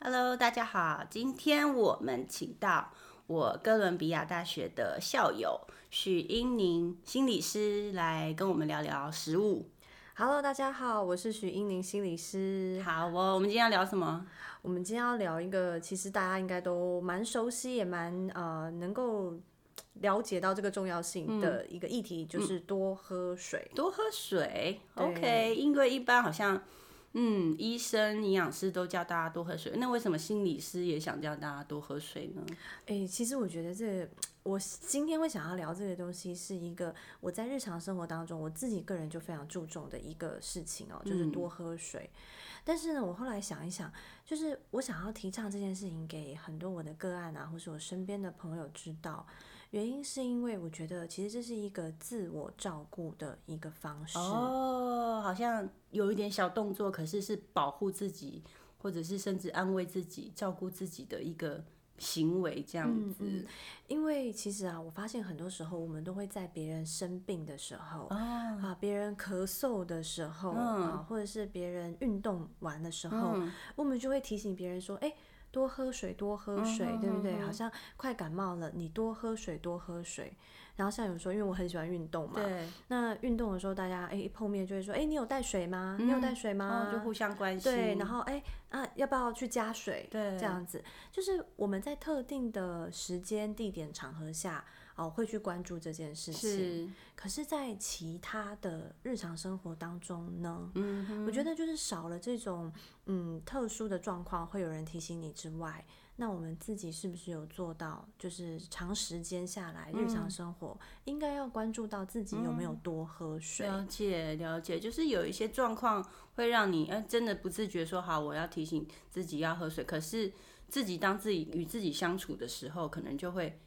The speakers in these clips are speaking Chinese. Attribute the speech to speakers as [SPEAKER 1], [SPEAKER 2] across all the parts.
[SPEAKER 1] Hello，大家好，今天我们请到我哥伦比亚大学的校友许英宁心理师来跟我们聊聊食物。
[SPEAKER 2] Hello，大家好，我是许英宁心理师。
[SPEAKER 1] 好哦，我们今天要聊什么？
[SPEAKER 2] 我们今天要聊一个，其实大家应该都蛮熟悉，也蛮呃能够了解到这个重要性的一个议题，就是多喝水。
[SPEAKER 1] 多喝水。
[SPEAKER 2] 对
[SPEAKER 1] OK，因为一般好像，嗯，医生、营养师都叫大家多喝水，那为什么心理师也想叫大家多喝水呢？
[SPEAKER 2] 诶，其实我觉得这个我今天会想要聊这个东西，是一个我在日常生活当中我自己个人就非常注重的一个事情哦，就是多喝水。但是呢，我后来想一想，就是我想要提倡这件事情给很多我的个案啊，或是我身边的朋友知道，原因是因为我觉得其实这是一个自我照顾的一个方式。
[SPEAKER 1] 哦，好像有一点小动作，可是是保护自己，或者是甚至安慰自己、照顾自己的一个行为，这样子。
[SPEAKER 2] 嗯因为其实啊，我发现很多时候我们都会在别人生病的时候，
[SPEAKER 1] 哦
[SPEAKER 2] 啊，别人咳嗽的时候、
[SPEAKER 1] 嗯
[SPEAKER 2] 啊，或者是别人运动完的时候，我们就会提醒别人说，哎、多喝水，多
[SPEAKER 1] 嗯
[SPEAKER 2] 喝水，对不对？好像快感冒了，你多喝水，多喝水。然后像有时候，因为我很喜欢运动嘛，
[SPEAKER 1] 对，
[SPEAKER 2] 那运动的时候，大家哎一碰面就会说，哎，你有带水吗？你有带水
[SPEAKER 1] 然
[SPEAKER 2] 吗？
[SPEAKER 1] 嗯哦后就互相关心。
[SPEAKER 2] 对，然后哎啊，要不要去加水？
[SPEAKER 1] 对
[SPEAKER 2] 这样子就是我们在特定的时间、地点、场合下哦，会去关注这件事情。
[SPEAKER 1] 是，
[SPEAKER 2] 可是，在其他的日常生活当中呢，
[SPEAKER 1] 嗯哼，
[SPEAKER 2] 我觉得就是少了这种嗯特殊的状况会有人提醒你之外，那我们自己是不是有做到？就是长时间下来，日
[SPEAKER 1] 嗯
[SPEAKER 2] 常生活、应该要关注到自己有没有多喝水。
[SPEAKER 1] 了解了解，就是有一些状况会让你，呃，真的不自觉说好，我要提醒自己要喝水，可是自己当自己与自己相处的时候，可能就会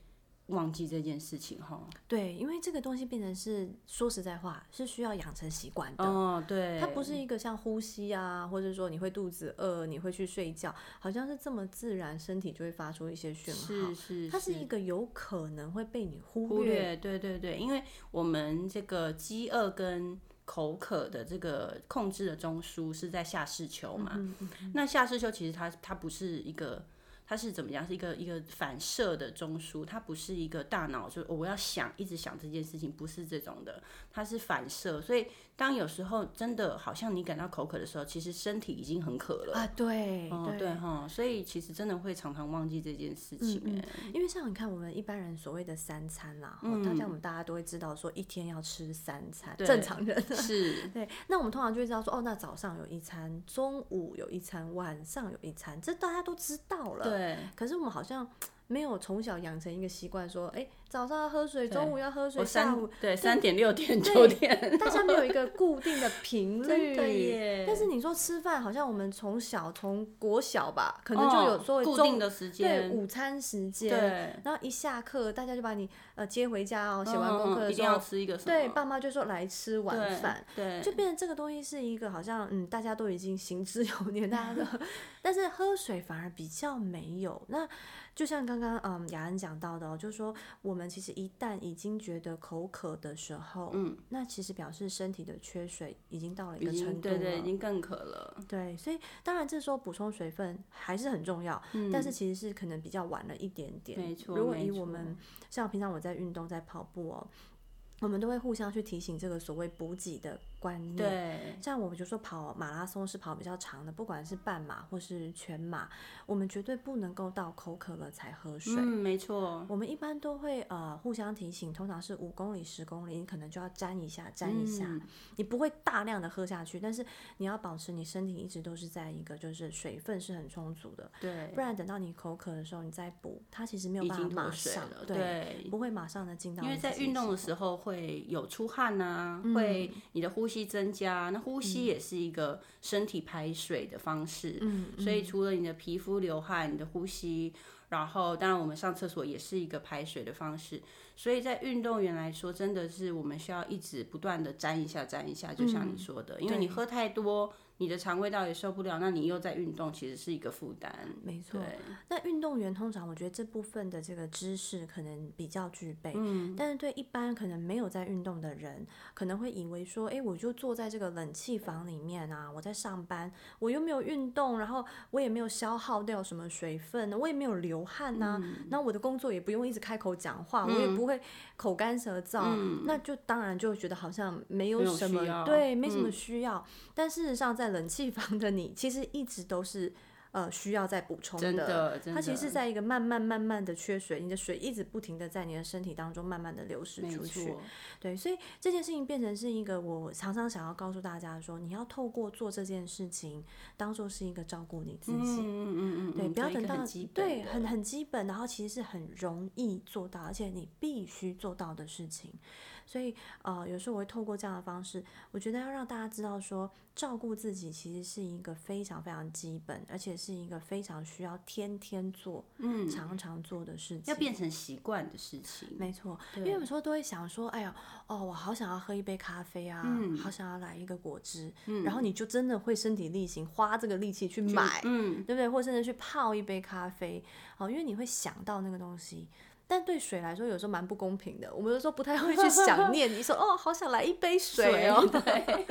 [SPEAKER 1] 忘记这件事情哈。
[SPEAKER 2] 对，因为这个东西变成是说实在话，是需要养成习惯的。
[SPEAKER 1] 哦，对，
[SPEAKER 2] 它不是一个像呼吸啊，或者说你会肚子饿，你会去睡觉，好像是这么自然，身体就会发出一些讯号
[SPEAKER 1] 是。是，
[SPEAKER 2] 它是一个有可能会被你忽
[SPEAKER 1] 忽略，对对对，因为我们这个饥饿跟口渴的这个控制的中枢是在下视丘嘛，
[SPEAKER 2] 嗯
[SPEAKER 1] 那下视丘其实它它不是一个。它是怎么样？是一个一个反射的中枢，它不是一个大脑，就、哦我要想一直想这件事情，不是这种的，它是反射。所以当有时候真的好像你感到口渴的时候，其实身体已经很渴了。
[SPEAKER 2] 啊，对、
[SPEAKER 1] 哦，对哈，所以其实真的会常常忘记这件事情、
[SPEAKER 2] 嗯
[SPEAKER 1] 哎
[SPEAKER 2] 因为像你看，我们一般人所谓的三餐啦，哦大家我们大家都会知道说一天要吃三餐，
[SPEAKER 1] 嗯对
[SPEAKER 2] 正常人
[SPEAKER 1] 是
[SPEAKER 2] 对， 那我们通常就会知道说，哦，那早上有一餐，中午有一餐，晚上有一餐，这大家都知道
[SPEAKER 1] 对，
[SPEAKER 2] 了。可是我们好像没有从小养成一个习惯，说，哎，早上要喝水，
[SPEAKER 1] 对
[SPEAKER 2] 中午要喝水，
[SPEAKER 1] 我
[SPEAKER 2] 下
[SPEAKER 1] 三
[SPEAKER 2] 午，
[SPEAKER 1] 对三点六点
[SPEAKER 2] 对
[SPEAKER 1] 九 点，
[SPEAKER 2] 大家没有一个固定的 频率。
[SPEAKER 1] 耶
[SPEAKER 2] 但是你说吃饭，好像我们从小从国小吧，可能就有作为
[SPEAKER 1] 哦固
[SPEAKER 2] 中、
[SPEAKER 1] 定的时
[SPEAKER 2] 对
[SPEAKER 1] 间，
[SPEAKER 2] 午餐时间，
[SPEAKER 1] 对，
[SPEAKER 2] 然后一下课，大家就把你呃接回家哦，写
[SPEAKER 1] 嗯
[SPEAKER 2] 完
[SPEAKER 1] 嗯嗯
[SPEAKER 2] 功课的
[SPEAKER 1] 一定
[SPEAKER 2] 时
[SPEAKER 1] 要
[SPEAKER 2] 候，
[SPEAKER 1] 吃一个什么？
[SPEAKER 2] 对，爸妈就说来吃晚
[SPEAKER 1] 对
[SPEAKER 2] 饭。，
[SPEAKER 1] 对，
[SPEAKER 2] 就变成这个东西是一个好像嗯，大家都已经行之有年，大 家都，但是喝水反而比较没有。那就像刚刚嗯雅恩讲到的、哦，就是说我们其实一旦已经觉得口渴的时候，嗯，那其实表示身体的缺水已经到了一
[SPEAKER 1] 已
[SPEAKER 2] 个
[SPEAKER 1] 经
[SPEAKER 2] 程度
[SPEAKER 1] 对
[SPEAKER 2] 了。
[SPEAKER 1] 对，已经更渴了。
[SPEAKER 2] 对所以当然这时候补充水分还是很重要，但是其实是可能比较晚了一点点。
[SPEAKER 1] 嗯没错
[SPEAKER 2] 如果
[SPEAKER 1] 没
[SPEAKER 2] 以我
[SPEAKER 1] 错
[SPEAKER 2] 们像平常我在运动、在跑步哦，我们都会互相去提醒这个所谓补给的观念。
[SPEAKER 1] 对，
[SPEAKER 2] 像我们就说跑马拉松是跑比较长的，不管是半马或是全马，我们绝对不能够到口渴了才喝水。
[SPEAKER 1] 嗯，没错，
[SPEAKER 2] 我们一般都会呃互相提醒，通常是五公里、十公里，你可能就要沾一下，沾一下，
[SPEAKER 1] 嗯
[SPEAKER 2] 你不会大量的喝下去，但是你要保持你身体一直都是在一个就是水分是很充足的，
[SPEAKER 1] 对，
[SPEAKER 2] 不然等到你口渴的时候你再补，它其实没有
[SPEAKER 1] 已
[SPEAKER 2] 办
[SPEAKER 1] 经
[SPEAKER 2] 法
[SPEAKER 1] 脱
[SPEAKER 2] 马
[SPEAKER 1] 水
[SPEAKER 2] 上
[SPEAKER 1] 了，
[SPEAKER 2] 对，
[SPEAKER 1] 对。
[SPEAKER 2] 不会马上的进到
[SPEAKER 1] 因为
[SPEAKER 2] 你
[SPEAKER 1] 在
[SPEAKER 2] 自己嗯
[SPEAKER 1] 运动的
[SPEAKER 2] 身
[SPEAKER 1] 时候会有出汗啊，会你的呼吸增加，那呼吸也是一个身体排水的方式，
[SPEAKER 2] 嗯，
[SPEAKER 1] 所以除了你的皮肤流汗、你的呼吸，然后当然我们上厕所也是一个排水的方式，所以在运动员来说，
[SPEAKER 2] 嗯
[SPEAKER 1] 真的是我们需要一直不断的沾一下、沾一下，就像你说的，因为你喝太多，你的肠胃道也受不了，那你又在运动，其实是一个负担。
[SPEAKER 2] 没错
[SPEAKER 1] 对
[SPEAKER 2] 那运动员通常我觉得这部分的这个知识可能比较具备，嗯，但是对一般可能没有在运动的人，可能会以为说，诶，我就坐在这个冷气房里面啊，我在上班，我又没有运动，然后我也没有消耗掉什么水分，我也没有流汗呐、
[SPEAKER 1] 嗯
[SPEAKER 2] 那、我的工作也不用一直开口讲话，我也不会口干舌燥，那就当然就会觉得好像没有
[SPEAKER 1] 嗯没有
[SPEAKER 2] 什
[SPEAKER 1] 需要
[SPEAKER 2] 么，对，没什么
[SPEAKER 1] 嗯
[SPEAKER 2] 需要。但事实上，在冷气房的你，其实一直都是。呃，需要再补充
[SPEAKER 1] 真的，真的，
[SPEAKER 2] 它其实是在一个慢慢慢慢的缺水，你的水一直不停的在你的身体当中慢慢的流失
[SPEAKER 1] 没
[SPEAKER 2] 出去。
[SPEAKER 1] 错，
[SPEAKER 2] 对，所以这件事情变成是一个我常常想要告诉大家说，你要透过做这件事情，当做是一个照顾你自
[SPEAKER 1] 嗯嗯
[SPEAKER 2] 己。
[SPEAKER 1] 嗯嗯，
[SPEAKER 2] 对，
[SPEAKER 1] 嗯
[SPEAKER 2] 不要
[SPEAKER 1] 做一
[SPEAKER 2] 等
[SPEAKER 1] 个
[SPEAKER 2] 到
[SPEAKER 1] 很基本
[SPEAKER 2] 对
[SPEAKER 1] 的
[SPEAKER 2] 很很基本，然后其实是很容易做到，而且你必须做到的事情。所以呃，有时候我会透过这样的方式，我觉得要让大家知道说，照顾自己其实是一个非常非常基本，而且是一个非常需要天天做、
[SPEAKER 1] 嗯
[SPEAKER 2] 常常做的事情。
[SPEAKER 1] 要变成习惯的事情。
[SPEAKER 2] 没错，因
[SPEAKER 1] 对
[SPEAKER 2] 为有时候都会想说，哎呀，哦，我好想要喝一杯咖啡啊，
[SPEAKER 1] 嗯
[SPEAKER 2] 好想要来一个果汁，然后你就真的会身体力行，花这个力气去
[SPEAKER 1] 去
[SPEAKER 2] 买，
[SPEAKER 1] 嗯，
[SPEAKER 2] 对不对？或甚至去泡一杯咖啡，哦，因为你会想到那个东西。但对水来说，有时候蛮不公平的。我们有时候不太会去 想念，你说哦，好想来一杯水哦。
[SPEAKER 1] 对，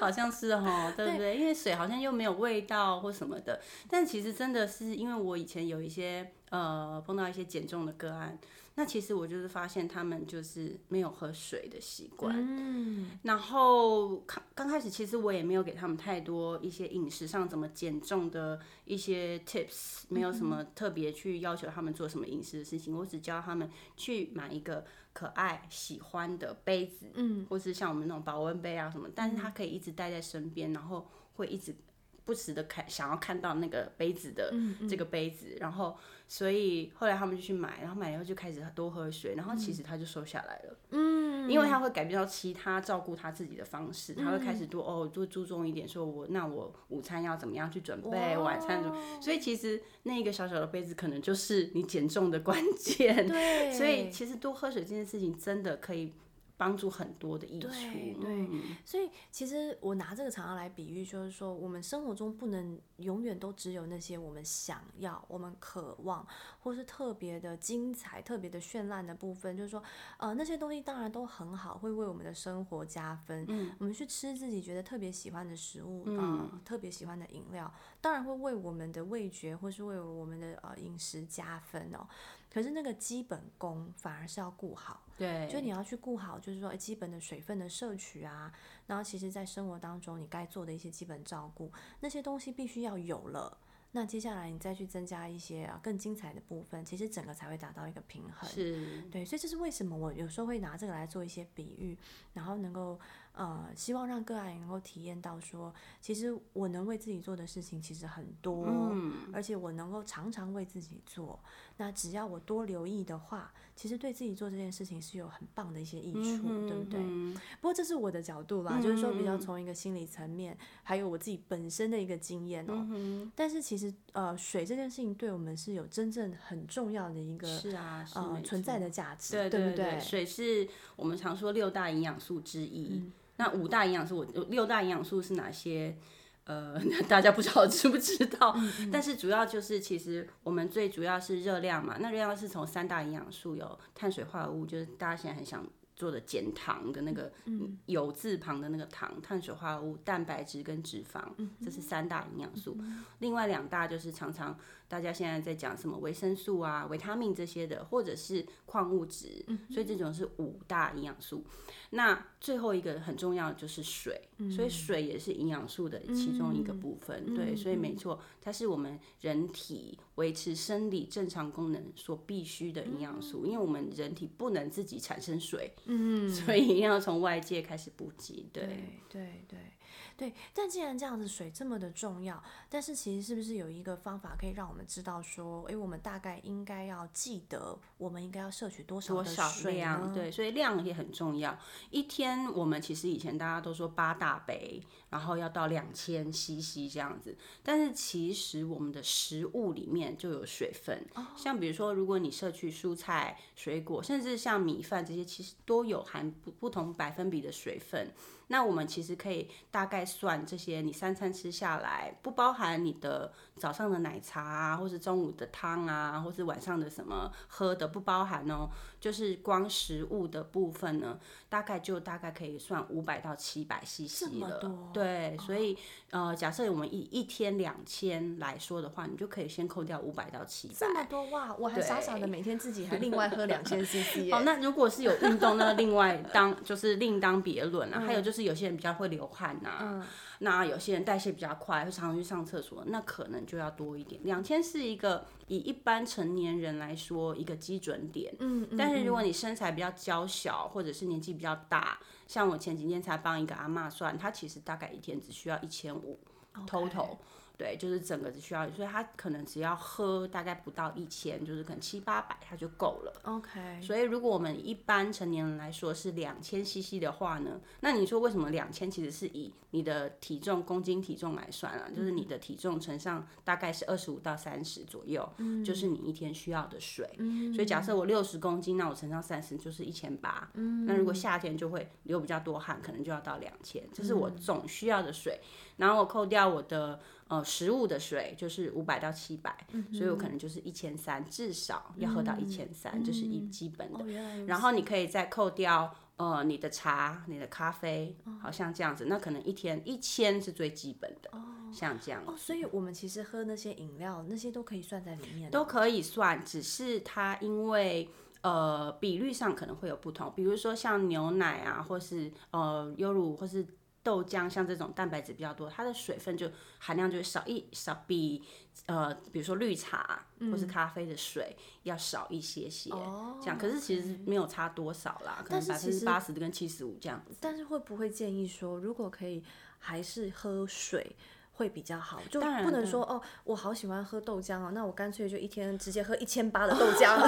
[SPEAKER 1] 好像是哦，对不对？因为水好像又没有味道或什么的，但其实真的是因为我以前有一些呃碰到一些减重的个案，那其实我就是发现他们就是没有喝水的习惯，
[SPEAKER 2] 嗯，
[SPEAKER 1] 然后刚刚开始，其实我也没有给他们太多一些饮食上怎么减重的一些 tips，没
[SPEAKER 2] 嗯
[SPEAKER 1] 有什么特别去要求他们做什么饮食的事情，我只教他们去买一个可爱喜欢的杯子，嗯，或是像我们那种保温杯啊什么，但是它可以一直带在身边，然后会一直不时的看想要看到那个杯子的这个杯子，然后所以后来他们就去买，然后买了以后就开始多喝水，然后其实他就瘦下来了。嗯，因为他会改变到其他照顾他自己的方式，他会开始多哦多注重一点，说我那我午餐要怎么样去准备，晚餐怎么，所以其实那个小小的杯子可能就是你减重的关 键。
[SPEAKER 2] 对，
[SPEAKER 1] 所以其实多喝水这件事情真的可以帮助很多的益处。
[SPEAKER 2] 对对
[SPEAKER 1] 嗯
[SPEAKER 2] 所以其实我拿这个常常来比喻，就是说我们生活中不能永远都只有那些我们想要、我们渴望，或是特别的精彩、特别的绚烂的部分。就是说，呃，那些东西当然都很好，会为我们的生活加分。嗯，我们去吃自己觉得特别喜欢的食物，
[SPEAKER 1] 嗯
[SPEAKER 2] 呃，特别喜欢的饮料，当然会为我们的味觉或是为我们的呃饮食加分哦。可是那个基本功反而是要顾好。
[SPEAKER 1] 对，
[SPEAKER 2] 就你要去顾好，就是说诶基本的水分的摄取啊，然后其实在生活当中你该做的一些基本照顾，那些东西必须要有了。那接下来你再去增加一些啊更精彩的部分，其实整个才会达到一个平衡。
[SPEAKER 1] 是
[SPEAKER 2] 对，所以这是为什么我有时候会拿这个来做一些比喻，然后能够呃，希望让个案能够体验到说，其实我能为自己做的事情其实很多，
[SPEAKER 1] 嗯
[SPEAKER 2] 而且我能够常常为自己做。那只要我多留意的话，其实对自己做这件事情是有很棒的一些益处，对不对？
[SPEAKER 1] 嗯
[SPEAKER 2] 不过这是我的角度啦，就是说比较从一个心理层面，还有我自己本身的一个经验
[SPEAKER 1] 嗯
[SPEAKER 2] 哦、但是其实呃，水这件事情对我们是有真正很重要的一个
[SPEAKER 1] 是啊，是
[SPEAKER 2] 呃
[SPEAKER 1] 没
[SPEAKER 2] 存在
[SPEAKER 1] 错
[SPEAKER 2] 的价值，
[SPEAKER 1] 对
[SPEAKER 2] 不
[SPEAKER 1] 对水是我们常说六大营养素之一。
[SPEAKER 2] 嗯
[SPEAKER 1] 那五大营养素，我呃六大营养素是哪些？呃， 大家不知道知不知道？
[SPEAKER 2] 嗯
[SPEAKER 1] 但是主要就是，其实我们最主要是热量嘛。那热量是从三大营养素有碳水化合物，就是大家现在很想做的减糖的那个有字旁的那个糖，碳水化合物、蛋白质跟脂肪，这是三大营养素。另外两大就是常常大家现在在讲什么维生素啊、维他命这些的，或者是矿物质，所以这种是五大营养素。那最后一个很重要的就是水，所以水也是营养素的其中一个部分。对，所以没错，它是我们人体维持生理正常功能所必须的营养素，因为我们人体不能自己产生水，嗯，所以一定要从外界开始补给。对，
[SPEAKER 2] 对对对对，但既然这样子水这么的重要，但是其实是不是有一个方法可以让我们知道说，诶，我们大概应该要记得，我们应该要摄取多少
[SPEAKER 1] 多
[SPEAKER 2] 的
[SPEAKER 1] 少
[SPEAKER 2] 水
[SPEAKER 1] 量？
[SPEAKER 2] 呢，
[SPEAKER 1] 对，所以量也很重要。一天我们其实以前大家都说八大杯，然后要到两千 CC 这样子，但是其实我们的食物里面就有水分，像比如说如果你摄取蔬菜、水果，甚至像米饭这些，其实都有含不不同百分比的水分。那我们其实可以大概算这些，你三餐吃下来，不包含你的早上的奶茶啊，或是中午的汤啊，或是晚上的什么喝的，不包含哦。就是光食物的部分呢，大概就大概可以算五百到七百
[SPEAKER 2] 这
[SPEAKER 1] CC
[SPEAKER 2] 么
[SPEAKER 1] 了。
[SPEAKER 2] 多
[SPEAKER 1] 对，所以呃，假设我们一一天两千来说的话，你就可以先扣掉五百到七
[SPEAKER 2] 这么
[SPEAKER 1] 百。
[SPEAKER 2] 多哇！我还
[SPEAKER 1] 对
[SPEAKER 2] 傻傻的每天自己还另外喝两 千 CC
[SPEAKER 1] 哦，
[SPEAKER 2] 耶。
[SPEAKER 1] 那如果是有运动，那另外当就是另当别论
[SPEAKER 2] 嗯
[SPEAKER 1] 啊。还有就是有些人比较会流汗呐、那有些人代谢比较快，会常常去上厕所，那可能就要多一点。两千是一个以一般成年人来说一个基准点，
[SPEAKER 2] 嗯，嗯
[SPEAKER 1] 但是如果
[SPEAKER 2] 嗯
[SPEAKER 1] 你身材比较娇小，或者是年纪比较大，像我前几天才帮一个阿嬷算，她其实大概一天只需要一千五 total，对，就是整个只需要，所以她可能只要喝大概不到一千，就是可能七八百，她就够了。
[SPEAKER 2] OK，
[SPEAKER 1] 所以，如果我们一般成年人来说是两千 CC 的话呢，那你说为什么两千其实是以你的体重公斤体重来算啊？就是你的体重乘上大概是二十五到三十左右，就是你一天需要的水。所以假设我六十公斤，那我乘上三十就是一千八。那
[SPEAKER 2] 嗯
[SPEAKER 1] 如果夏天就会流比较多汗，可能就要到两千，这是我
[SPEAKER 2] 嗯
[SPEAKER 1] 总需要的水。然后我扣掉我的呃食物的水，就是五百到七百、
[SPEAKER 2] 嗯
[SPEAKER 1] 所以我可能就是一千三，至少要喝到一千三，这是一基本的。
[SPEAKER 2] 哦，原来如
[SPEAKER 1] 然后你可以再扣掉呃你的茶、你的咖啡，
[SPEAKER 2] 哦
[SPEAKER 1] 好像这样子，那可能一天一千是最基本的，像这样
[SPEAKER 2] 此哦，所以我们其实喝那些饮料，那些都可以算在里面的。
[SPEAKER 1] 都可以算，只是它因为。呃，比率上可能会有不同，比如说像牛奶啊，或是呃优乳，或是豆浆，像这种蛋白质比较多，它的水分就含量就会少一少比呃，比如说绿茶或是咖啡的水要少一些些，
[SPEAKER 2] 嗯哦
[SPEAKER 1] 这样。可是其实没有差多少啦，可能百分
[SPEAKER 2] 但是其
[SPEAKER 1] 之
[SPEAKER 2] 实
[SPEAKER 1] 八十跟七十五这样。
[SPEAKER 2] 但是会不会建议说，如果可以，还是喝水会比较好？就
[SPEAKER 1] 当然
[SPEAKER 2] 不能
[SPEAKER 1] 当
[SPEAKER 2] 说哦，我好喜欢喝豆浆哦，那我干脆就一天直接喝一千八的豆浆，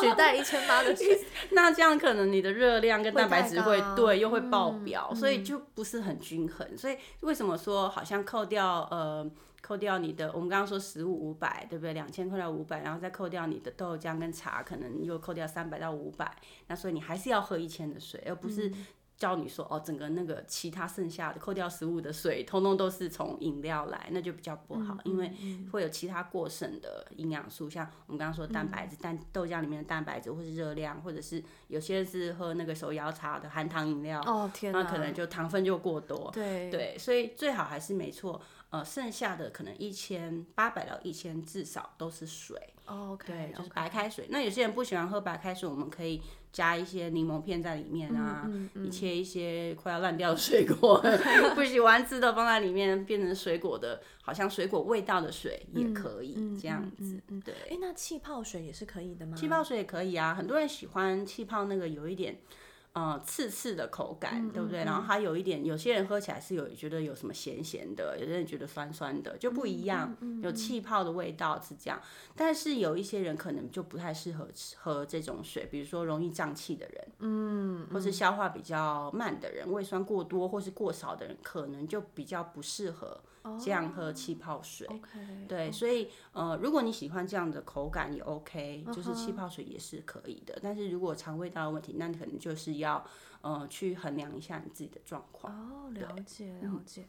[SPEAKER 2] 取代一千八 的水。
[SPEAKER 1] 那这样可能你的热量跟蛋白质
[SPEAKER 2] 会
[SPEAKER 1] 会
[SPEAKER 2] 太高
[SPEAKER 1] 对又会爆表，所以就不是很均衡。所以为什么说好像扣掉呃扣掉你的我们刚刚说食物五百对不对？两千扣掉五百，然后再扣掉你的豆浆跟茶，可能又扣掉三百到五百，那所以你还是要喝一千的水，而不是。叫你说哦，整个那个其他剩下的扣掉食物的水，通通都是从饮料来，那就比较不好，因为会有其他过剩的营养素，像我们刚刚说的蛋白质，蛋豆浆里面的蛋白质，或是热量，或者是有些人是喝那个手摇茶的含糖饮料，
[SPEAKER 2] 哦天
[SPEAKER 1] 那
[SPEAKER 2] 哪，
[SPEAKER 1] 可能就糖分就过多。
[SPEAKER 2] 对
[SPEAKER 1] 对，所以最好还是没错，呃，剩下的可能一千八百到一千至少都是水，
[SPEAKER 2] 哦 OK，
[SPEAKER 1] 对，就是
[SPEAKER 2] OK
[SPEAKER 1] 白开水。那有些人不喜欢喝白开水，我们可以加一些柠檬片在里面啊，
[SPEAKER 2] 嗯
[SPEAKER 1] 你切一些快要烂掉的水果， 不喜欢吃的放在里面，变成水果的，好像水果味道的水也可以、
[SPEAKER 2] 嗯
[SPEAKER 1] 这样
[SPEAKER 2] 嗯
[SPEAKER 1] 子。
[SPEAKER 2] 嗯嗯
[SPEAKER 1] 对，
[SPEAKER 2] 哎，那气泡水也是可以的吗？
[SPEAKER 1] 气泡水也可以啊，很多人喜欢气泡那个有一点。呃，刺刺的口感，对不对？然后它有一点，有些人喝起来是有觉得有什么咸咸的，有些人觉得酸酸的，就不一样，有气泡的味道是这样。但是有一些人可能就不太适合吃喝这种水，比如说容易胀气的人，嗯，或是消化比较慢的人，胃酸过多或是过少的人，可能就比较不适合这样喝气泡水。
[SPEAKER 2] OK，
[SPEAKER 1] 对，所以呃，如果你喜欢这样的口感也 OK，就是气泡水也是可以的。但是如果肠胃道的问题，那你可能就是要呃去衡量一下你自己的状况。
[SPEAKER 2] 哦，了解
[SPEAKER 1] 嗯
[SPEAKER 2] 了解。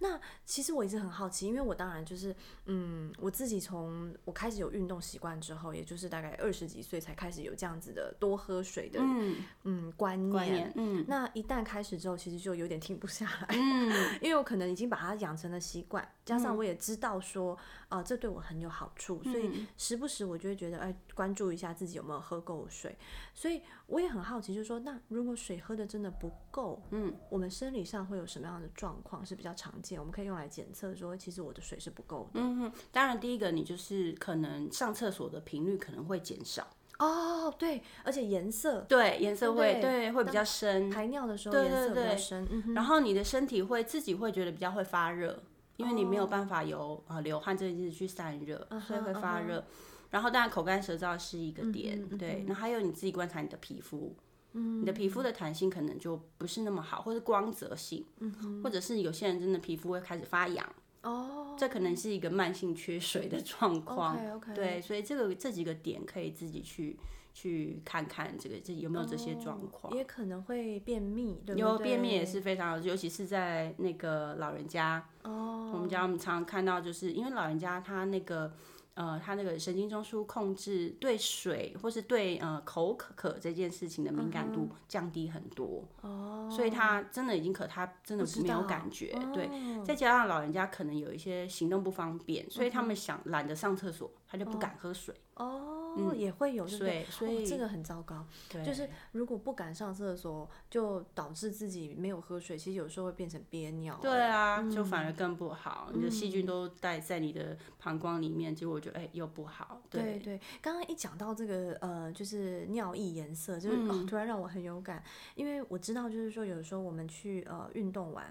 [SPEAKER 2] 那其实我一直很好奇，因为我当然就是，嗯，我自己从我开始有运动习惯之后，也就是大概二十几岁才开始有这样子的多喝水的
[SPEAKER 1] 嗯，
[SPEAKER 2] 嗯观念。
[SPEAKER 1] 观念，嗯
[SPEAKER 2] 那一旦开始之后，其实就有点停不下来，
[SPEAKER 1] 嗯，
[SPEAKER 2] 因为我可能已经把它养成了习惯，加上我也知道说，啊、这对我很有好处，所以
[SPEAKER 1] 嗯
[SPEAKER 2] 时不时我就会觉得，哎，关注一下自己有没有喝够水。所以我也很好奇，就是说，那如果水喝的真的不够，
[SPEAKER 1] 嗯，
[SPEAKER 2] 我们生理上会有什么样的状况是比较常见？我们可以用来检测说，其实我的水是不够的。
[SPEAKER 1] 嗯哼，当然第一个你就是可能上厕所的频率可能会减少，
[SPEAKER 2] 哦，对，而且颜色，
[SPEAKER 1] 对，颜色会
[SPEAKER 2] 对
[SPEAKER 1] 对会比较深，
[SPEAKER 2] 排尿的时
[SPEAKER 1] 嗯
[SPEAKER 2] 候
[SPEAKER 1] 对
[SPEAKER 2] 颜色比
[SPEAKER 1] 对
[SPEAKER 2] 较
[SPEAKER 1] 对
[SPEAKER 2] 深，嗯哼，
[SPEAKER 1] 然后你的身体会自己会觉得比较会发热，因为你
[SPEAKER 2] 哦
[SPEAKER 1] 没有办法由啊、呃流汗这件事去散热，
[SPEAKER 2] 嗯
[SPEAKER 1] 所以会发热。然后当然口干舌燥是一个点，
[SPEAKER 2] 嗯哼嗯嗯
[SPEAKER 1] 对。那还有你自己观察你的皮肤。你的皮肤的弹性可能就不是那么好，或是光泽性，
[SPEAKER 2] 嗯
[SPEAKER 1] 或者是有些人真的皮肤会开始发痒，
[SPEAKER 2] 哦，
[SPEAKER 1] 这可能是一个慢性缺水的状况。
[SPEAKER 2] OK，OK
[SPEAKER 1] 对，所以这个这几个点可以自己去去看看这个这有没有这些状况。
[SPEAKER 2] 哦也可能会便秘，对不对？
[SPEAKER 1] 有便秘也是非常，尤其是在那个老人家，我
[SPEAKER 2] 哦，
[SPEAKER 1] 们家我们常常看到，就是因为老人家他那个呃，他那个神经中枢控制对水或是对呃口渴这件事情的敏感度降低很多，
[SPEAKER 2] 嗯哦，
[SPEAKER 1] 所以他真的已经渴，他真的
[SPEAKER 2] 不知
[SPEAKER 1] 没有
[SPEAKER 2] 道
[SPEAKER 1] 感觉，
[SPEAKER 2] 哦嗯
[SPEAKER 1] 对。再加上老人家可能有一些行动不方便，所以他们想懒得上厕所，他就不敢喝水，
[SPEAKER 2] 哦，也会有，对不
[SPEAKER 1] 所
[SPEAKER 2] 对？
[SPEAKER 1] 以嗯所
[SPEAKER 2] 哦
[SPEAKER 1] 以
[SPEAKER 2] 这个很糟糕，
[SPEAKER 1] 对
[SPEAKER 2] 就是如果不敢上厕所，就导致自己没有喝水，其实有时候会变成憋尿。
[SPEAKER 1] 对啊，就反
[SPEAKER 2] 嗯
[SPEAKER 1] 而更不好，你的细菌都待在你的膀胱里面，结果就哎、又不好，
[SPEAKER 2] 对对，刚刚一讲到这个呃，就是尿液颜色，就是、
[SPEAKER 1] 嗯
[SPEAKER 2] 哦，突然让我很有感，因为我知道就是说，有时候我们去呃运动完，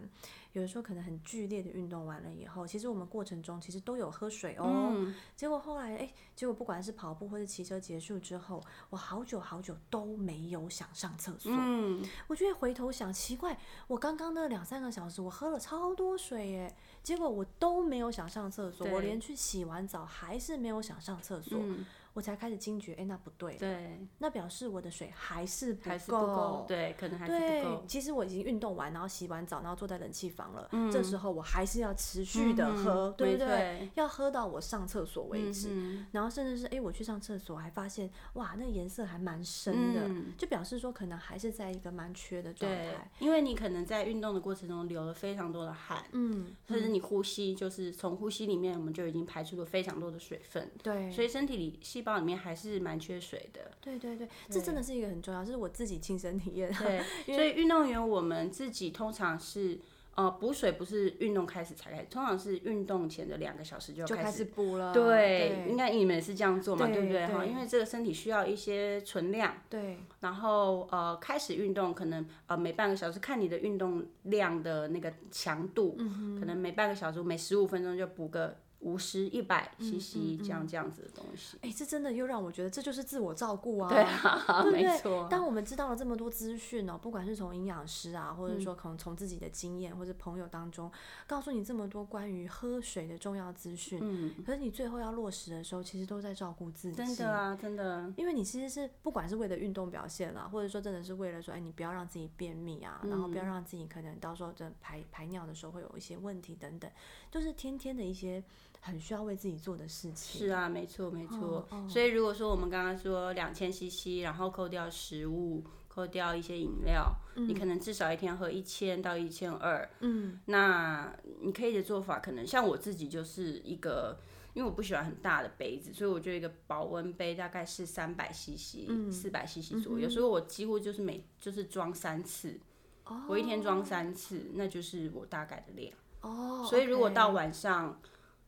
[SPEAKER 2] 有的时候可能很剧烈的运动完了以后，其实我们过程中其实都有喝水哦，
[SPEAKER 1] 嗯，
[SPEAKER 2] 结果后来哎，结果不管是跑步或者骑车结束之后，我好久好久都没有想上厕所，
[SPEAKER 1] 嗯，
[SPEAKER 2] 我就会回头想，奇怪，我刚刚那两三个小时我喝了超多水耶，结果我都没有想上厕所，我
[SPEAKER 1] 对
[SPEAKER 2] 连去洗完澡还是没有想上厕所，
[SPEAKER 1] 嗯
[SPEAKER 2] 我才开始惊觉，哎，那不对，
[SPEAKER 1] 对，
[SPEAKER 2] 那表示我的水还是不
[SPEAKER 1] 还是不够，
[SPEAKER 2] 对。
[SPEAKER 1] 对，可能还是不够，
[SPEAKER 2] 其实我已经运动完，然后洗完澡，然后坐在冷气房了。这时候我还是要持续的喝，
[SPEAKER 1] 嗯
[SPEAKER 2] 对
[SPEAKER 1] 没
[SPEAKER 2] 不对？
[SPEAKER 1] 对？
[SPEAKER 2] 要喝到我上厕所为止。
[SPEAKER 1] 嗯
[SPEAKER 2] 然后甚至是哎，诶我去上厕所还发现哇，那颜色还蛮深的，
[SPEAKER 1] 嗯
[SPEAKER 2] 就表示说可能还是在一个蛮缺的状
[SPEAKER 1] 对
[SPEAKER 2] 态。，
[SPEAKER 1] 因为你可能在运动的过程中流了非常多的汗，
[SPEAKER 2] 嗯，
[SPEAKER 1] 甚至你呼吸，就是从呼吸里面我们就已经排出了非常多的水分，
[SPEAKER 2] 对，
[SPEAKER 1] 所以身体里细胞里面还是蛮缺水的。
[SPEAKER 2] 嗯对对对，这真的是一个很重要，这是我自己亲身体 验。
[SPEAKER 1] 对，所以运动员我们自己通常是。呃，补水不是运动开始才开始，通常是运动前的两个小时就
[SPEAKER 2] 就
[SPEAKER 1] 开
[SPEAKER 2] 开始补了，
[SPEAKER 1] 对，应
[SPEAKER 2] 对
[SPEAKER 1] 该你们也是这样做嘛，
[SPEAKER 2] 对
[SPEAKER 1] 对不对？
[SPEAKER 2] 对
[SPEAKER 1] 哈，因为这个身体需要一些存量，
[SPEAKER 2] 对，
[SPEAKER 1] 然后呃开始运动，可能呃每半个小时看你的运动量的那个强度，
[SPEAKER 2] 嗯
[SPEAKER 1] 可能每半个小时每十五分钟就补个五十、一百
[SPEAKER 2] 嗯
[SPEAKER 1] CC 这样、
[SPEAKER 2] 嗯
[SPEAKER 1] 这样子的东西。
[SPEAKER 2] 哎，这真的又让我觉得这就是自我照顾啊，
[SPEAKER 1] 对啊，
[SPEAKER 2] 对不
[SPEAKER 1] 没
[SPEAKER 2] 对
[SPEAKER 1] 错。
[SPEAKER 2] 当我们知道了这么多资讯哦，不管是从营养师啊，或者
[SPEAKER 1] 嗯
[SPEAKER 2] 说可能从自己的经验或者朋友当中，告诉你这么多关于喝水的重要资讯，
[SPEAKER 1] 嗯，
[SPEAKER 2] 可是你最后要落实的时候，其实都在照顾自己。
[SPEAKER 1] 真的啊，真的，
[SPEAKER 2] 因为你其实是不管是为了运动表现啦，或者说真的是为了说，哎，你不要让自己便秘啊，然后不要
[SPEAKER 1] 嗯
[SPEAKER 2] 让自己可能到时候真的排排尿的时候会有一些问题等等，就是天天的一些很需要为自己做的事情。
[SPEAKER 1] 是啊，没错，没错
[SPEAKER 2] 哦。哦
[SPEAKER 1] 所以如果说我们刚刚说两千 CC，然后扣掉食物，扣掉一些饮料，你可能至少一天喝一千到一千二，
[SPEAKER 2] 嗯，
[SPEAKER 1] 那你可以的做法，可能像我自己就是一个，因为我不喜欢很大的杯子，所以我就一个保温杯，大概是三百 CC、四
[SPEAKER 2] 嗯
[SPEAKER 1] 百 CC 左右，所以我几乎就是每就是装三次，
[SPEAKER 2] 哦
[SPEAKER 1] 我一天装三次，那就是我大概的量。
[SPEAKER 2] 哦，
[SPEAKER 1] 所以如果
[SPEAKER 2] OK
[SPEAKER 1] 到晚上。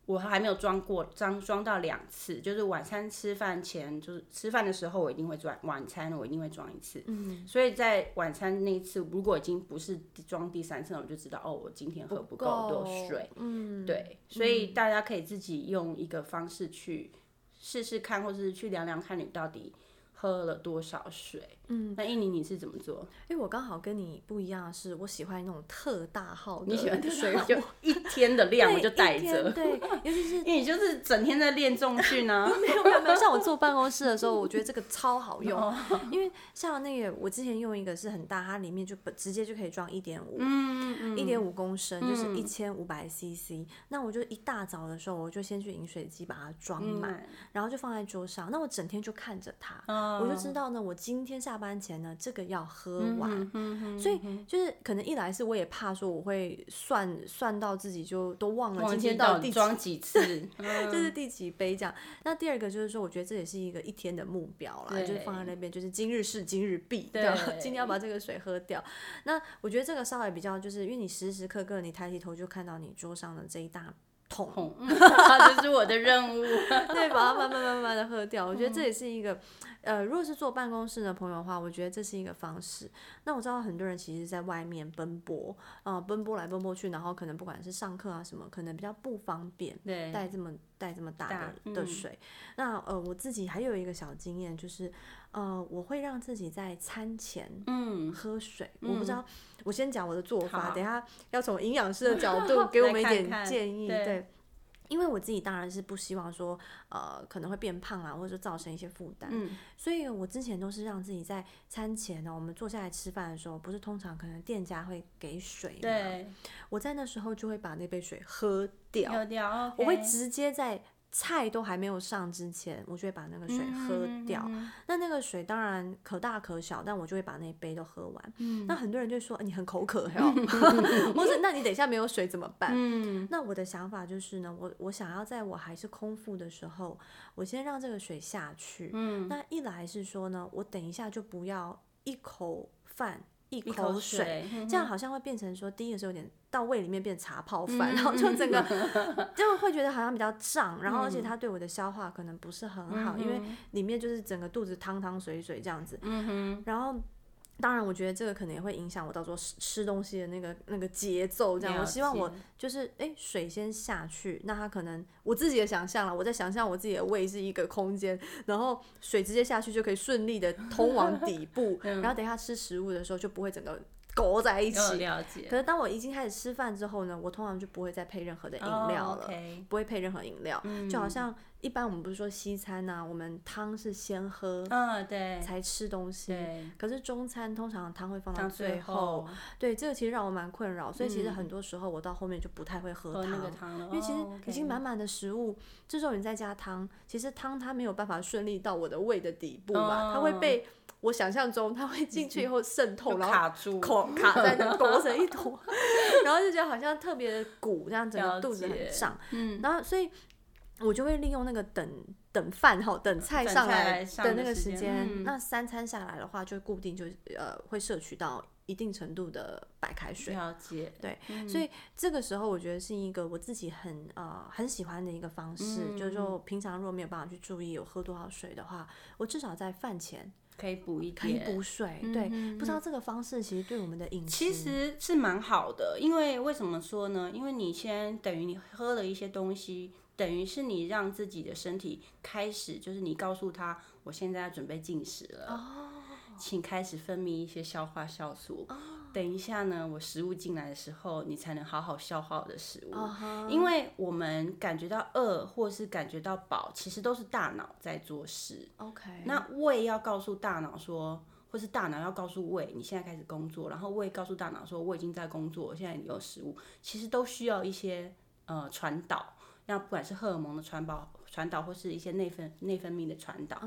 [SPEAKER 1] 我还没有装过，装装到两次，就是晚餐吃饭前，就是吃饭的时候，我一定会装晚餐，我一定会装一次。嗯，所以在晚餐那一次，如果已经不是装第三次了，我就知道哦，我今天喝不够多水。，
[SPEAKER 2] 嗯，
[SPEAKER 1] 对，所以大家可以自己用一个方式去试试看，或者是去量量看你到底喝了多少水。嗯，那印尼你是怎么 做？
[SPEAKER 2] 因为我刚好跟你不一样的是，我喜欢那种特大号的
[SPEAKER 1] 你喜欢
[SPEAKER 2] 水
[SPEAKER 1] 水
[SPEAKER 2] 壶，
[SPEAKER 1] 就 一天的量我就
[SPEAKER 2] 对一
[SPEAKER 1] 带
[SPEAKER 2] 天
[SPEAKER 1] 着，
[SPEAKER 2] 对，尤其是
[SPEAKER 1] 因为你就是整天在练重训 啊。
[SPEAKER 2] 没有没有没有，像我坐办公室的时候，我觉得这个超
[SPEAKER 1] 哦
[SPEAKER 2] 好用， 因为像那个我之前用一个是很大，它里面就本直接就可以装一点五，
[SPEAKER 1] 嗯
[SPEAKER 2] 一点五公升就是一千五百 CC。那我就一大早的时候，我就先去饮水机把它
[SPEAKER 1] 嗯
[SPEAKER 2] 装满，然后就放在桌上。那我整天就看着它，
[SPEAKER 1] 嗯
[SPEAKER 2] 我就知道呢，我今天下班前呢，这个要喝完。
[SPEAKER 1] 嗯
[SPEAKER 2] 所以就是可能一来是我也怕说我会算算到自己就都忘了
[SPEAKER 1] 忘
[SPEAKER 2] 今
[SPEAKER 1] 记
[SPEAKER 2] 天
[SPEAKER 1] 到
[SPEAKER 2] 到底
[SPEAKER 1] 底
[SPEAKER 2] 第
[SPEAKER 1] 装几 次，嗯
[SPEAKER 2] 这是第几杯这样。那第二个就是说，我觉得这也是一个一天的目标啦，
[SPEAKER 1] 对
[SPEAKER 2] 就是放在那边，就是今日事今日毕，
[SPEAKER 1] 对
[SPEAKER 2] 这样 今天要把这个水喝掉。那我觉得这个稍微比较，就是因为你时时刻刻你抬起头就看到你桌上的这一大桶，
[SPEAKER 1] 哄， 这是我的任 务。
[SPEAKER 2] 对，把它慢慢慢慢的喝掉。我
[SPEAKER 1] 嗯
[SPEAKER 2] 觉得这也是一个，呃，如果是坐办公室的朋友的话，我觉得这是一个方式。那我知道很多人其实在外面奔波，啊、奔波来奔波去，然后可能不管是上课啊什么，可能比较不方便。
[SPEAKER 1] 对，
[SPEAKER 2] 带这么带这么大的
[SPEAKER 1] 大
[SPEAKER 2] 的
[SPEAKER 1] 嗯
[SPEAKER 2] 水。那呃，我自己还有一个小经验，就是呃，我会让自己在餐前。
[SPEAKER 1] 嗯，
[SPEAKER 2] 喝水，我不知道。我先讲我的做法，
[SPEAKER 1] 好
[SPEAKER 2] 等一下要从营养师的角度给我
[SPEAKER 1] 来
[SPEAKER 2] 们一
[SPEAKER 1] 看
[SPEAKER 2] 点
[SPEAKER 1] 看
[SPEAKER 2] 建议。
[SPEAKER 1] 对
[SPEAKER 2] 对，因为我自己当然是不希望说，呃，可能会变胖啊，或者说造成一些负担，
[SPEAKER 1] 嗯
[SPEAKER 2] 所以我之前都是让自己在餐前呢，我们坐下来吃饭的时候，不是通常可能店家会给水，，
[SPEAKER 1] 对，
[SPEAKER 2] 我在那时候就会把那杯水喝掉，
[SPEAKER 1] 有掉，OK，
[SPEAKER 2] 我会直接在菜都还没有上之前，我就会把那个水喝掉。
[SPEAKER 1] 嗯
[SPEAKER 2] 那那个水当然可大可小，但我就会把那一杯都喝完。
[SPEAKER 1] 嗯
[SPEAKER 2] 那很多人就说、哎你很口渴哟， 或者那你等一下没有水怎么办？
[SPEAKER 1] 嗯
[SPEAKER 2] 那我的想法就是呢，我我想要在我还是空腹的时候，我先让这个水下去。
[SPEAKER 1] 嗯，
[SPEAKER 2] 那一来是说呢，我等一下就不要一口饭一
[SPEAKER 1] 一
[SPEAKER 2] 口水，
[SPEAKER 1] 水，嗯
[SPEAKER 2] 这样好像会变成说，第一个是有点到胃里面变茶泡饭，
[SPEAKER 1] 嗯嗯
[SPEAKER 2] 然后就整个就会觉得好像比较胀，然后而且它对我的消化可能不是很好，因为里面就是整个肚子汤汤水水这样子。
[SPEAKER 1] 嗯哼，
[SPEAKER 2] 然后，当然我觉得这个可能也会影响我到时候吃吃东西的那个那个节奏，这样。我
[SPEAKER 1] 了
[SPEAKER 2] 希望我
[SPEAKER 1] 解
[SPEAKER 2] 就是哎、诶水先下去，那它可能我自己的想象了，我在想象我自己的胃是一个空间，然后水直接下去就可以顺利的通往底 部，
[SPEAKER 1] 嗯
[SPEAKER 2] 然后等一下吃食物的时候就不会整个勾在一
[SPEAKER 1] 有
[SPEAKER 2] 起。
[SPEAKER 1] 了解
[SPEAKER 2] 可是当我已经开始吃饭之后呢，我通常就不会再配任何的饮
[SPEAKER 1] 哦
[SPEAKER 2] 料了。
[SPEAKER 1] o k
[SPEAKER 2] 不会配任何饮料，
[SPEAKER 1] 嗯
[SPEAKER 2] 就好像一般我们不是说西餐呐、我们汤是先喝
[SPEAKER 1] 嗯，对，
[SPEAKER 2] 才吃东西，
[SPEAKER 1] 对，
[SPEAKER 2] 可是中餐通常汤会放到
[SPEAKER 1] 到
[SPEAKER 2] 最
[SPEAKER 1] 最嗯
[SPEAKER 2] 后，对，这个其实让我蛮困扰，所以其实很多时候我到后面就不太会喝
[SPEAKER 1] 喝
[SPEAKER 2] 汤，
[SPEAKER 1] 那个汤了，
[SPEAKER 2] 因为其
[SPEAKER 1] 哦
[SPEAKER 2] 实已经
[SPEAKER 1] ，OK
[SPEAKER 2] 满满的食物，这时候你再加汤，其实汤它没有办法顺利到我的胃的底部嘛，它会
[SPEAKER 1] 哦
[SPEAKER 2] 被我想象中它会进去以后渗透，
[SPEAKER 1] 就
[SPEAKER 2] 然后
[SPEAKER 1] 卡住，
[SPEAKER 2] 口 卡在那，裹成一坨，然后就觉得好像特别的鼓，这样整个
[SPEAKER 1] 了
[SPEAKER 2] 肚子很
[SPEAKER 1] 解
[SPEAKER 2] 胀，
[SPEAKER 1] 嗯，
[SPEAKER 2] 然后所以我就会利用那个等等饭哈，等菜
[SPEAKER 1] 等
[SPEAKER 2] 上
[SPEAKER 1] 菜
[SPEAKER 2] 来
[SPEAKER 1] 来上
[SPEAKER 2] 的
[SPEAKER 1] 的
[SPEAKER 2] 那个
[SPEAKER 1] 时
[SPEAKER 2] 时
[SPEAKER 1] 间
[SPEAKER 2] 间，
[SPEAKER 1] 嗯
[SPEAKER 2] 那三餐下来的话，就固定就呃会摄取到一定程度的白开水。
[SPEAKER 1] 了解，
[SPEAKER 2] 对，
[SPEAKER 1] 嗯
[SPEAKER 2] 所以这个时候我觉得是一个我自己很呃很喜欢的一个方式，
[SPEAKER 1] 嗯
[SPEAKER 2] 就是说平常如果没有办法去注意有喝多少水的话，我至少在饭前
[SPEAKER 1] 可以补一
[SPEAKER 2] 可以
[SPEAKER 1] 点，
[SPEAKER 2] 补水。对，
[SPEAKER 1] 嗯
[SPEAKER 2] 不知道这个方式其实对我们的饮食，
[SPEAKER 1] 其实是蛮好的，因为为什么说呢？因为你先等于你喝了一些东西，等于是你让自己的身体开始，就是你告诉他，我现在要准备进食了，
[SPEAKER 2] 哦
[SPEAKER 1] 请开始分泌一些消化酵素。等一下呢，我食物进来的时候，你才能好好消化我的食物。
[SPEAKER 2] 啊哈
[SPEAKER 1] 因为我们感觉到饿或是感觉到饱，其实都是大脑在做事。
[SPEAKER 2] OK，
[SPEAKER 1] 那胃要告诉大脑说，或是大脑要告诉胃，你现在开始工作，然后胃告诉大脑说，我已经在工作，现在有食物，其实都需要一些呃传导，那不管是荷尔蒙的传导。传导或是一些内分内分泌的传导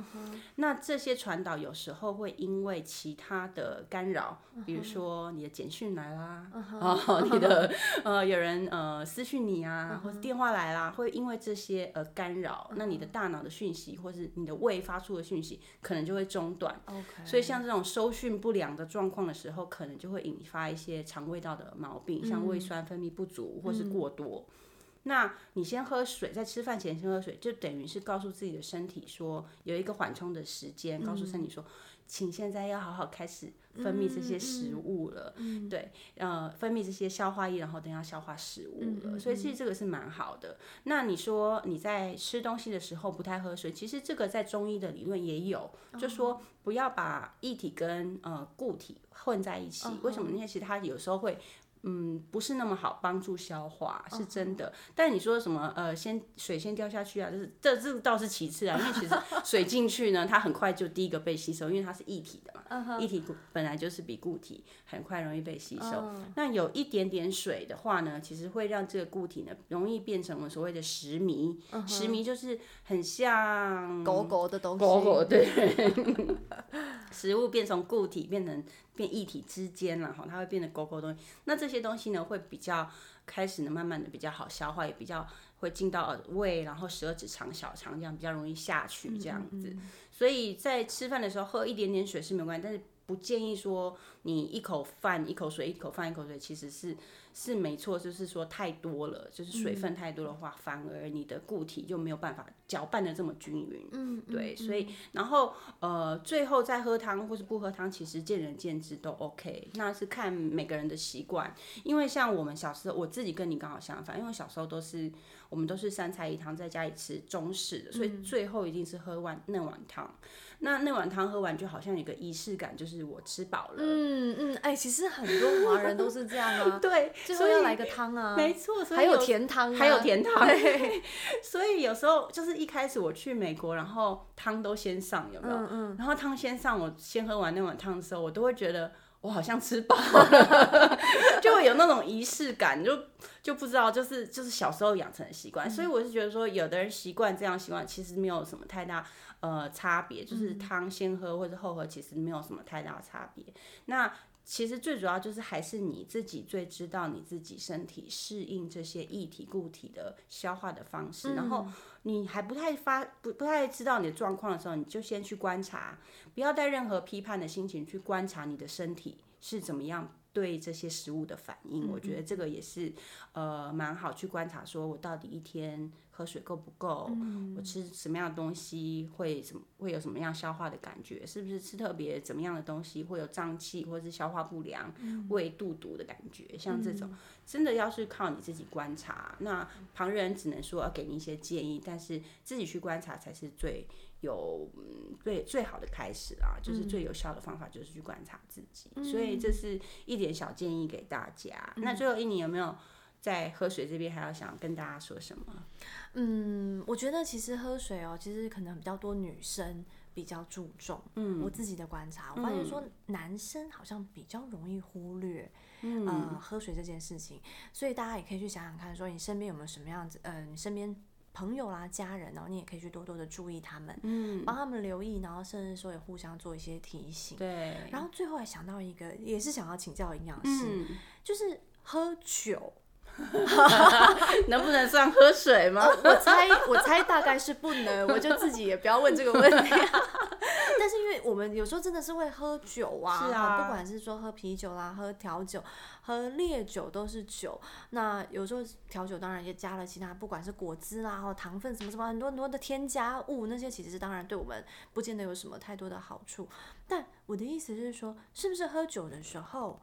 [SPEAKER 1] 那这些传导有时候会因为其他的干扰比如说你的简讯来啦哦，你的呃有人呃私讯你啊或者电话来啦，会因为这些而干扰，那你的大脑的讯息或是你的胃发出的讯息，可能就会中断。
[SPEAKER 2] OK，
[SPEAKER 1] 所以像这种收讯不良的状况的时候，可能就会引发一些肠胃道的毛病，像胃酸分泌不足或是过多。那你先喝水，在吃饭前先喝水，就等于是告诉自己的身体说有一个缓冲的时间，告诉身体说，请现在要好好开始分泌这些食物了，对，呃，分泌这些消化液，然后等一下消化食物了，所以其实这个是蛮好的。那你说你在吃东西的时候不太喝水，其实这个在中医的理论也有，就说不要把液体跟呃固体混在一起。为什么？因为其实它有时候会。嗯，不是那么好帮助消化，是真的。但你说什么呃，先水先掉下去啊，就是这这倒是其次啊，因为其实水进去呢，它很快就第一个被吸收，因为它是液体的嘛液体本来就是比固体很快容易被吸收。那有一点点水的话呢，其实会让这个固体呢容易变成我们所谓的石糜。石糜就是很像
[SPEAKER 2] 狗狗的东西，
[SPEAKER 1] 狗狗对， 食物变从固体变成变液体之间了哈，它会变得狗狗的东西。那这些东西呢，会比较开始呢，慢慢的比较好消化，也比较会进到胃，然后十二指肠、小肠这样比较容易下去这样子。所以在吃饭的时候喝一点点水是没有关系，但是。不建议说你一口饭一口水一口饭一口水，其实是是没错，就是说太多了，就是水分太多的话，反而你的固体就没有办法搅拌的这么均匀。
[SPEAKER 2] 嗯，嗯
[SPEAKER 1] 对，所以然后呃，最后再喝汤或是不喝汤，其实见仁见智都 OK，那是看每个人的习惯。因为像我们小时候，我自己跟你刚好相反，因为我小时候都是我们都是三菜一汤，在家里吃中式的，所
[SPEAKER 2] 嗯
[SPEAKER 1] 以最后一定是喝碗那碗汤。那那碗汤喝完，就好像有一
[SPEAKER 2] 嗯
[SPEAKER 1] 个仪式感，就是我吃饱了。
[SPEAKER 2] 嗯嗯，哎、其实很多华人都是这样啊。
[SPEAKER 1] 对，
[SPEAKER 2] 最后要来个汤啊，
[SPEAKER 1] 没错，所以
[SPEAKER 2] 还有甜汤、啊，
[SPEAKER 1] 还有甜汤。 所以有时候就是一开始我去美国，然后汤都先上，有没有？
[SPEAKER 2] 嗯嗯
[SPEAKER 1] 然后汤先上，我先喝完那碗汤的时候，我都会觉得我好像吃饱 了，就会有那种仪式感，就就不知道就是就是小时候养成的习
[SPEAKER 2] 嗯
[SPEAKER 1] 惯。所以我是觉得说，有的人习惯这样习惯，其实没有什么太大呃差别，就是
[SPEAKER 2] 嗯
[SPEAKER 1] 汤先喝或者后喝，其实没有什么太大的差别。那其实最主要就是还是你自己最知道你自己身体适应这些液体固体的消化的方式，然后你还不太发不不太知道你的状况的时候，你就先去观察，不要带任何批判的心情去观察你的身体是怎么样对这些食物的反应。我觉得这个也是呃蛮好去观察，说我到底一天喝水够不够，我吃什么样的东西会什么会有什么样消化的感觉，是不是吃特别怎么样的东西会有胀气或是消化不良、胃肚肚的感觉，像这种真的要是靠你自己观察，那旁人只能说要给你一些建议，但是自己去观察才是最。有嗯最最好的开始啦，就是最有效的方法就是去观察自己，所以这是一点小建议给大家。那最后一你有没有在喝水这边还要想跟大家说什么？
[SPEAKER 2] 嗯，我觉得其实喝水哦，其实可能比较多女生比较注重。嗯，我自己的观察，我发现说男生好像比较容易忽略，嗯、呃，喝水这件事情。所以大家也可以去想想看，说你身边有没有什么样子，呃，你身边朋友啦、家人哦，你也可以去多多的注意他们，嗯，帮他们留意，然后甚至说也互相做一些提醒。
[SPEAKER 1] 对，
[SPEAKER 2] 然后最后还想到一个，也是想要请教营养师，
[SPEAKER 1] 嗯，
[SPEAKER 2] 就是喝酒。
[SPEAKER 1] 能不能算喝水吗？
[SPEAKER 2] 哦我猜，我猜大概是不能，我就自己也不要问这个问 题、啊。但是因为我们有时候真的是会喝酒啊，
[SPEAKER 1] 是啊
[SPEAKER 2] 哦不管是说喝啤酒啦、喝调酒、喝烈酒都是酒。那有时候调酒当然也加了其他，不管是果汁啦、或糖分什么什么很多很多的添加物，那些其实当然对我们不见得有什么太多的好处。但我的意思是说，是不是喝酒的时候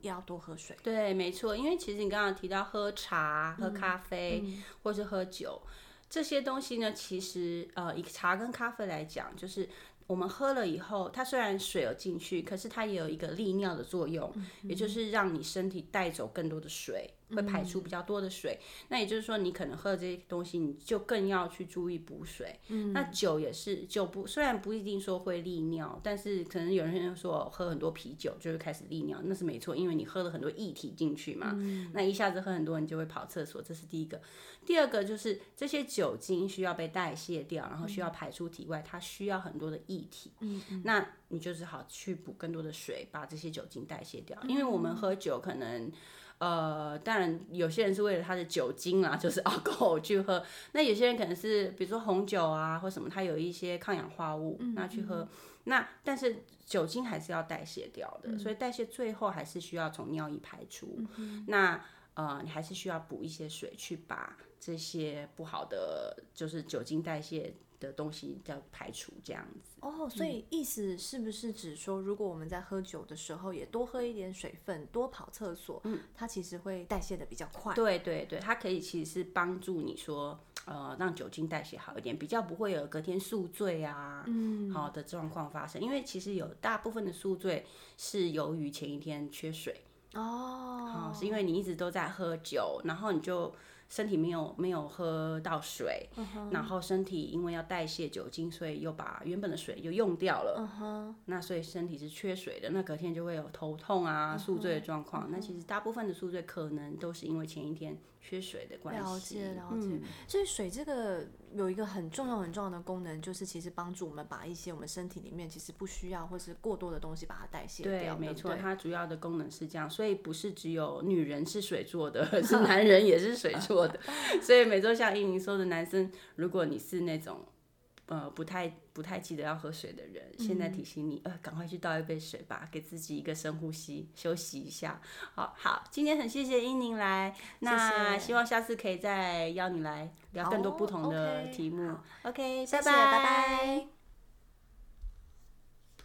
[SPEAKER 2] 也要多喝水？
[SPEAKER 1] 对，没错，因为其实你刚刚提到喝茶、喝咖啡、或是喝酒这些东西呢，其实呃，以茶跟咖啡来讲，就是我们喝了以后，它虽然水有进去，可是它也有一个利尿的作用，也就是让你身体带走更多的水，会排出比较多的水。那也就是说，你可能喝了这些东西，你就更要去注意补水。那酒也是，酒不虽然不一定说会利尿，但是可能有人说喝很多啤酒就会开始利尿，那是没错，因为你喝了很多液体进去嘛，那一下子喝很多，你就会跑厕所，这是第一个。第二个就是这些酒精需要被代谢掉，然后需要排出体外，它需要很多的液体。那你就是好去补更多的水，把这些酒精代谢掉。因为我们喝酒可能，呃，当然有些人是为了它的酒精啊，就是 alcohol 去喝，那有些人可能是比如说红酒啊或什么，它有一些抗氧化物，那去喝。那但是酒精还是要代谢掉的，所以代谢最后还是需要从尿液排出。那呃，你还是需要补一些水去把这些不好的就是酒精代谢的东西要排除，这样子。
[SPEAKER 2] 哦，所以意思是不是指说，如果我们在喝酒的时候也多喝一点水分，多跑厕所，它其实会代谢的比较快。
[SPEAKER 1] 嗯对对对，它可以其实是帮助你说，呃，让酒精代谢好一点，比较不会有隔天宿醉啊，嗯，好的状况发生。因为其实有大部分的宿醉是由于前一天缺水，
[SPEAKER 2] 哦，
[SPEAKER 1] 哦，是因为你一直都在喝酒，然后你就身体没有没有喝到水，
[SPEAKER 2] 嗯
[SPEAKER 1] 然后身体因为要代谢酒精，所以又把原本的水又用掉了，
[SPEAKER 2] 嗯哼，
[SPEAKER 1] 那所以身体是缺水的，那隔天就会有头痛
[SPEAKER 2] 嗯
[SPEAKER 1] 啊、宿醉的状况。那其实大部分的宿醉可能都是因为前一天缺水的关
[SPEAKER 2] 了
[SPEAKER 1] 系。嗯
[SPEAKER 2] 解了解。所以水这个有一个很重要很重要的功能，就是其实帮助我们把一些我们身体里面其实不需要或是过多的东西把它代谢
[SPEAKER 1] 对
[SPEAKER 2] 掉，，
[SPEAKER 1] 没
[SPEAKER 2] 不
[SPEAKER 1] 错，
[SPEAKER 2] 对
[SPEAKER 1] 它主要的功能是这样，所以不是只有女人是水做的， 是男人也是水做 的。所以每周像依宁说的，男生如果你是那种呃不太不太记得要喝水的人，现
[SPEAKER 2] 嗯
[SPEAKER 1] 在提醒你，呃，赶快去倒一杯水吧，给自己一个深呼吸，休息一下。好好，今天很谢谢依宁来，那
[SPEAKER 2] 谢
[SPEAKER 1] 希望下次可以再邀你来聊更多
[SPEAKER 2] 好
[SPEAKER 1] 不同的
[SPEAKER 2] ，OK，
[SPEAKER 1] 题目。
[SPEAKER 2] 好
[SPEAKER 1] OK，
[SPEAKER 2] 谢谢
[SPEAKER 1] 拜
[SPEAKER 2] 拜拜